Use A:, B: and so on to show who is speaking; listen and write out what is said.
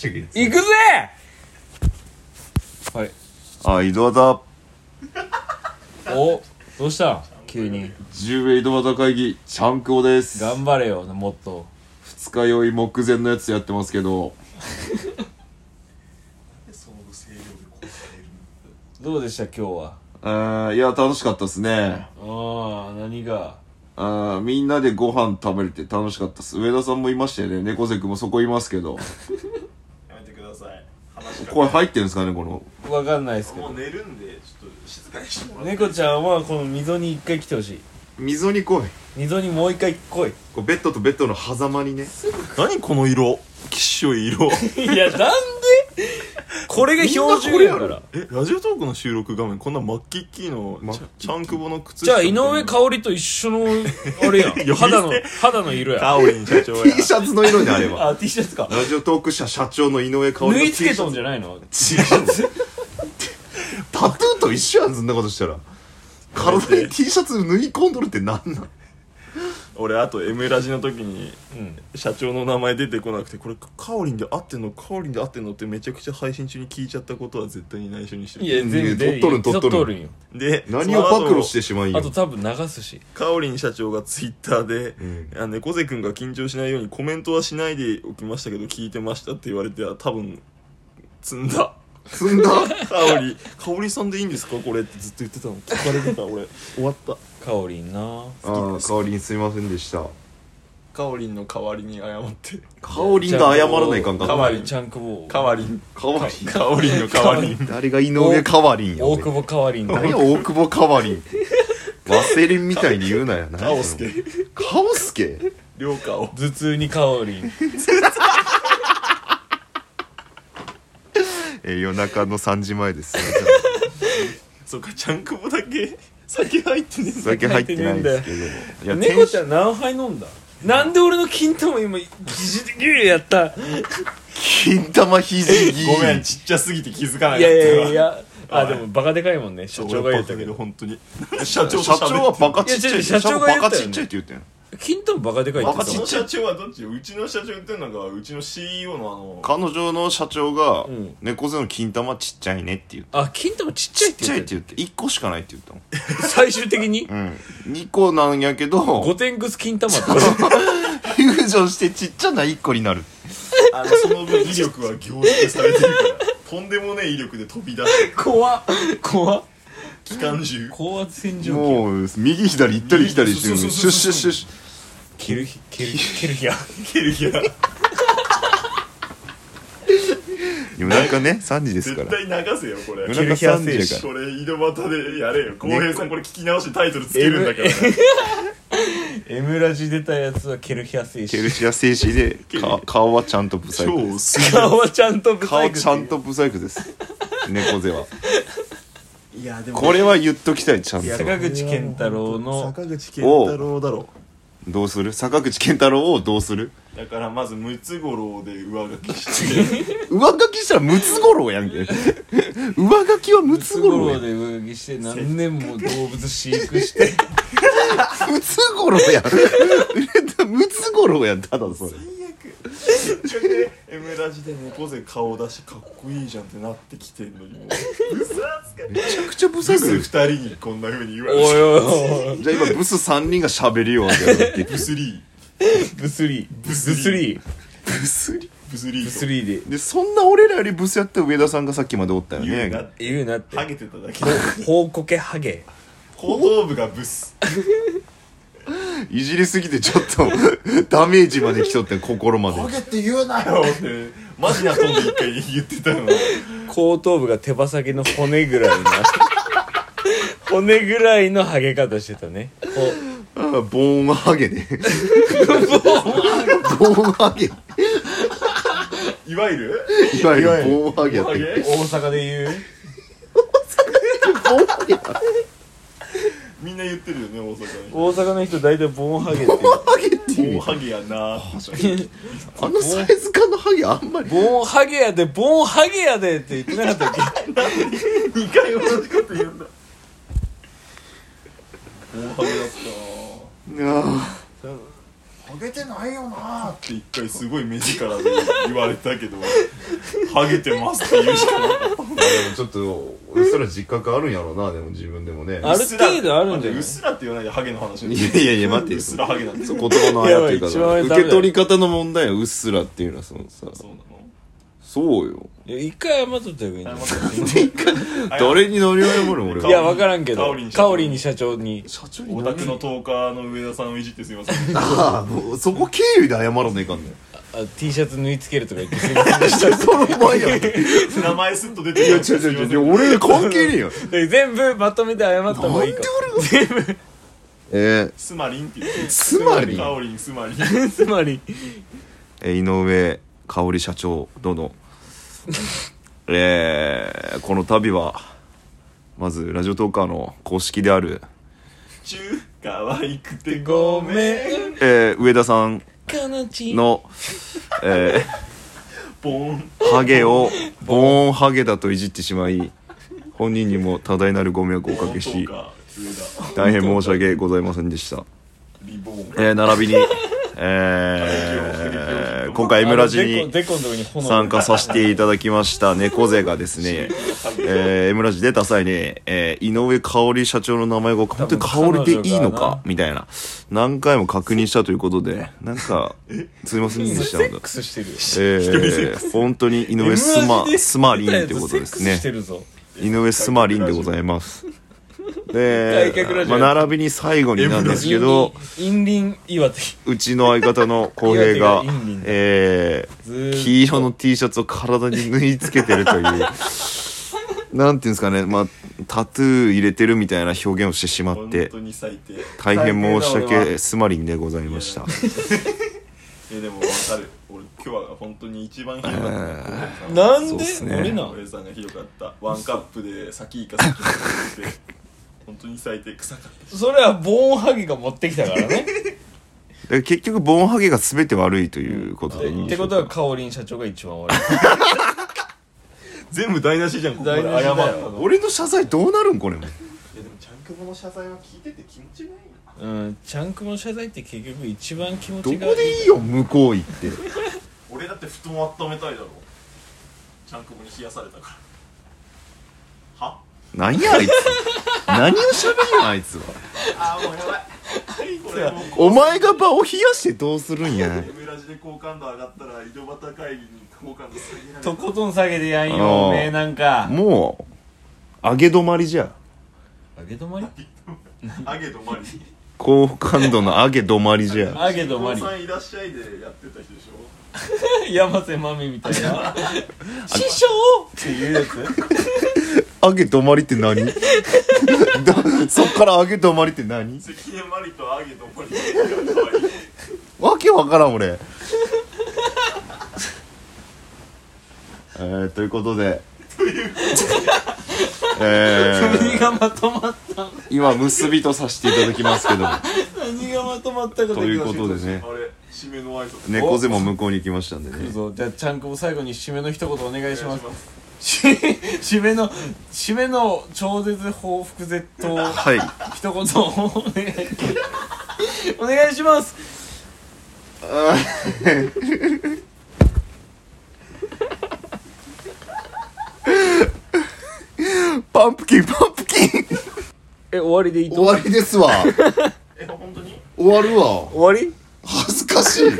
A: 行くぜはい
B: あ井戸端
A: おどうした急に
B: 10井戸端会議ちゃんこです
A: 頑張れよもっと
B: 二日酔い目前のやつやってますけど
C: その声量でこうされる
A: どうでした今日は
B: えーいや楽しかったっすね
A: ああ何が
B: あーみんなでご飯食べれて楽しかったっす上田さんもいましたよね猫背くんもそこいますけど
C: やめてください話が
B: これ入ってるんですかねこの
A: わかんないですけ
C: もう
A: ど
C: 寝るんでちょっと静かにしてもらって
A: 猫ちゃんはこの溝に一回来てほしい
B: 溝に来い
A: 溝にもう一回来い
B: こうベッドとベッドの狭間にね何この色きっしょい色
A: いやなんでこれが標準やから
D: え ラジオトークの収録画面こんなマッキッキーのちゃちゃんくぼの靴
A: じゃ
D: 下み
A: あ
D: た
A: 井
D: いな
A: 上香織と一緒 のあれやん肌の肌の色や
D: カオリン社長
B: T シャツの色にあれば
A: あ T シャツか
B: ラジオトーク社社長の井上香織
A: 縫
B: の
A: い
B: T
A: 付け
B: シ
A: とん
B: ャ
A: じゃないの
B: ツ違うぞタトゥーと一緒やんそんなことしたら体に T シャツ縫い込んどるってなんなん
D: 俺あと M ラジの時に
A: うん
D: 社長の名前出てこなくてこれカオリンで合ってんのカオリンで合ってんのってめちゃくちゃ配信中に聞いちゃったことは絶対に内緒にして
A: いや
B: うん
A: 全部
B: 取っとるん取っとるん
A: んよ
D: で
B: 何を暴露しててしまいよ
A: あと多分流すし
D: カオリン社長がツイッターで
B: うん
D: あ猫背君が緊張しないようにコメントはしないでおきましたけど聞いてましたって言われて多分積んだ
B: 積んだ
D: 香り香りさんでいいんですかこれってずっと言ってたの聞かれてた俺終わった
A: かおりんな
B: ああ香りにすいませんでした
D: 香りの代わりに謝って
B: 香りが謝らないかんか
A: か
B: っ
A: わ
D: わ
A: り
D: り
A: ん
D: ん
A: ちゃんくぼ
D: 香りん
B: た香り
D: 香りの代わりに
B: 誰が井上香りんや
A: 大
B: 俺
A: 久保かわりん
B: 何や大久保香りんワセリンみたいに言うなやな
D: カオスケ
B: カオスケ
D: 涼香を
A: 頭痛にかおりん
B: えー夜中の3時前です
D: そうかちゃんこぼだけ酒入ってね
B: 酒入ってないんですけどいや
A: 猫ちゃん何杯飲んだなんで俺の金玉今疑似的にやった
B: 金玉ひじぎ
D: ごめんちっちゃすぎて気づかないかっ
A: や
D: た
A: いやいやあでもバカでかいもんね社長が言
D: 言っ
A: っ
D: たた
A: け
D: けど
A: ど
D: 本当に社長と喋
B: 社
D: って
B: 長はバカちっちゃい
A: いや社長が言ったよね
B: バカちっちゃいって言ったよ
A: 金玉バカでかいって言って
D: そ
A: た
D: の社長はどっちうちの社長ってなんかうちの CEO のあの
B: 彼女の社長が
A: ん
B: 猫背の金玉ちっちゃいねって言った
A: あ金玉ちっちゃい
B: ち
A: っ
B: ってちゃい
A: 言
B: っ
A: って
B: 言って1個しかないって言ったもん
A: た最終的に
B: うん2個なんやけど
A: ゴ
B: フ
A: テンクス金玉って
B: ュージョンしてちっちゃな1個になる
D: あのその分威力は凝縮されてるからとんでもねえ威力で飛び出す
A: 怖っ怖っ
D: 機関銃
A: 高圧洗浄機
B: もう右左行ったり来たりしてるのにシュ
D: そ
B: ッ
D: う
B: シ
D: そ
B: ュッ
D: うそう
B: シュッシュ
A: ケルヒケルヒケルヒア
D: ケルヒア
B: ッ夜中ね3時ですか
D: 絶
B: ら
D: 対流せよこれ
B: 夜
A: ケルヒ
B: 中
A: ア
B: 3時やから
D: これ井戸端でやれよ浩平さんこれ聞き直してタイトルつけるんだからね
A: M ラジ出たやつはケルヒア精
B: ケ
A: 神
B: ルシア静止でか顔はちゃんとブサイクです
D: 超す
A: 顔はちゃんとブサイクっ
B: 顔
A: ていう
B: ちゃんとブサイクです猫背はい
D: やでも
B: これは言っときたいちゃんと
A: 坂口健太郎の
D: 坂口健太郎だろ
B: どうする坂口健太郎をどうする
D: だからまずムツゴロウで上書きして
B: 上書きしたらムツゴロウやんけ上書きはム
A: ム
B: ツ
A: ツ
B: ゴ
A: ゴ
B: ロウ
A: ロ
B: や
A: ウ
B: ん
A: で上書きして何年も動物飼育して
B: ムツゴロウやん ムツゴロウやんただそれ
D: せっかくね M ラジで猫背顔出しかっこいいじゃんってなってきてんのにもううさつか
B: めちゃくちゃブサ
D: ブ
B: イ
D: ス
B: ク
D: 二
B: です
D: 人にこんな風に言わ
A: お
D: れ
A: い
D: て
A: おいおい
B: じゃあ今ブス3人が喋るようになって
D: ブスリ
A: ブスリーブスリー
B: ブスリ
D: ーブスリーと
A: ブスリーで
B: でそんな俺らよりブスやった上田さんがさっきまでおったよ
D: 言うな
B: ね
A: 言うなって
D: ハゲてただけ
A: ほうこけハゲ
D: 後頭部がブス
B: いじりすぎてちょっと ダメージまで来とって心まで
D: ハゲって言うなよってマジなトーンで一回言ってたの
A: 後頭部が手羽先の骨ぐらいな骨ぐらいのハゲ方してたねこう
B: あーボーンハゲねボーンハゲい
D: いわゆる
B: わゆるボーンハゲやっ
D: ハ
B: て
D: ゲ
A: 大阪で言う
D: みんな言ってるよね大阪に
A: 大阪の人大体ボーンハゲって言う
B: ハゲっていう
D: 大ハゲやなー
B: あのサイズ感のハゲあんまり
A: ボーンハゲやでボーンハゲやでって言ってなかったっけ
D: 2回同じこと言うんだ大ハゲだっ
B: あ
D: ハゲてないよなーって一回すごい目力で言われたけどハゲてますって言うしかなかった
B: まあでもちょっとうっすら実覚あるんやろうなでも自分でもね
A: ある程度あるんじゃないう
D: っすらって言わないでハゲの話
B: いやいやいや待ってよ
D: うっすらハゲなんです
B: そう
D: よ
B: 言葉のあやというか
A: いやまあ一番
B: 受け取り方の問題はうっすらっていうのはそのさ
D: そうなの
B: そうよ
A: いや一回謝っとった方がいいんじゃない
B: 誰に何を謝るん俺はい
A: や分からんけ
D: カ
A: ど
D: オリに社長
A: カオリに社長に
B: 社長
D: お宅のトーカーの上田さんをいじってすみません
B: ああもうそこ経由で謝らないかんねん
A: あ T シャツ縫い付けるとか言ってすいませんでし
B: その前やんい
D: 名前すっと出て
B: や違う
D: すいません
B: 違う違う俺関係ねえよ
A: た全部まとめて謝った
B: なん
A: 方がいい
B: で
A: か
B: 俺がえ
D: スマリンって言って
B: スマリン
D: カオリンスマリン
A: つまり
B: ー、井上香織社長殿えー、この度はまずラジオトーカーの公式である、
D: 中可愛くてご
A: ご
D: め
A: めん
D: ん
B: えー、上田さん
A: かなちん
B: の、え
D: ボン
B: ー、ハゲをボーンハゲだといじってしまい本人にも多大なるご迷惑をおかけし
D: トーカー上田
B: 大変申し訳ございませんでした
D: リボン
B: えー、並びに、えー、今回 M ラジ
A: あの
B: に
A: デコデコのとこに炎
B: 参加させていただきました猫背がですね、えー、M ラジ出た際に、えー、井上香織社長の名前が本当に香織でいいのか、みたいな、何回も確認したということで、なんか、すいませんでした。
A: セックスしてるよ
B: えー、本当に井上ス
A: M ラ
B: マ
A: ジ、で
B: スマリンってことです
A: セックス
B: ね
A: し。てるぞ
B: 井上スマリンでございます。 で
A: 外角ラ、ジ
B: ま
A: オ
B: あ、並びに最後になんですけど、
A: 陰輪岩手
B: うちの相方の浩平が
A: 岩手がインリン、だ
B: え
A: ずー
B: ー、
A: っと
B: 黄色の T シャツを体に縫い付けてるという、 なんていうんですかね、まあ、タトゥー入れてるみたいな表現をしてしまっ
D: 本
B: て、
D: 当に最低
B: 大変申し
A: 最低だ俺
B: 訳、スマリンでございました。
D: えでも分かる俺今日は本当に一番ひどかった
A: えーなんで
B: そうっす
A: 俺
B: ね。
A: な
D: 俺さんがひどかったワンカップで先イカ先イカって本当に最低臭かった
A: それはボーンハゲが持ってきたからね
B: で結局、ボンハゲが全て悪いということでいいん
A: って
B: でしょ
A: こ
B: う
A: と
B: か
A: はカオリン社長が一番悪い
D: 全部台無しじゃんここで謝
A: 台無し
D: る
A: だよ
D: の
B: 俺の謝罪どうなるんこれも。
C: いやでもちゃんくぼの謝罪は聞いてて気持ちがいいな
A: うんちゃんくも謝罪って結局一番気持
B: ど
A: ちが
B: こでいいよ、向こう行って。
C: 俺だって布団温めたいだろちゃんくぼに冷やされたからは
B: 何やあいつ。何を喋るのあいつは。
C: あーもうやばい俺もう
B: お前が場を冷やしてどうするんや。
C: エムラジで好感度上がったら井戸端会議に好感度下げられ
A: と
C: る
A: ことん下げてやん
B: あー
A: よおめえなんか
B: もう、上げ止まりじゃ。
A: 上げ止まり
C: あげどまり
B: 好感度の上げ止まりじゃ。
A: 上げ止ま
C: 伊藤さ
A: り
C: んいらっしゃいでやってた人でしょ
A: 山瀬まみみたいな師匠っていうやつ
B: 上げ止まりって何 だそっから上げ止まりって何
C: 関根麻里とあげど まりが可愛い
B: わけわからん俺。えー、ということで。え
A: 何
B: ー、
A: がまとまった
B: 今結びとさせていただきますけども
A: 何がまとまったかだけ
B: ということでね
C: あれ締めの挨拶
B: 猫背も向こうに行きましたんでね
A: そうじゃあちゃんくぼ最後に締めの一言お願いし
C: お願
A: ま
C: い
A: す
C: します
A: し締めの締めの超絶報復絶倒
B: はい
A: 一言お願いお願いします
B: パンプキンパンプキン
A: え終わりでいい
B: 終わりですわ
C: え本当に
B: 終わるわ
A: 終わり
B: 恥ずかしい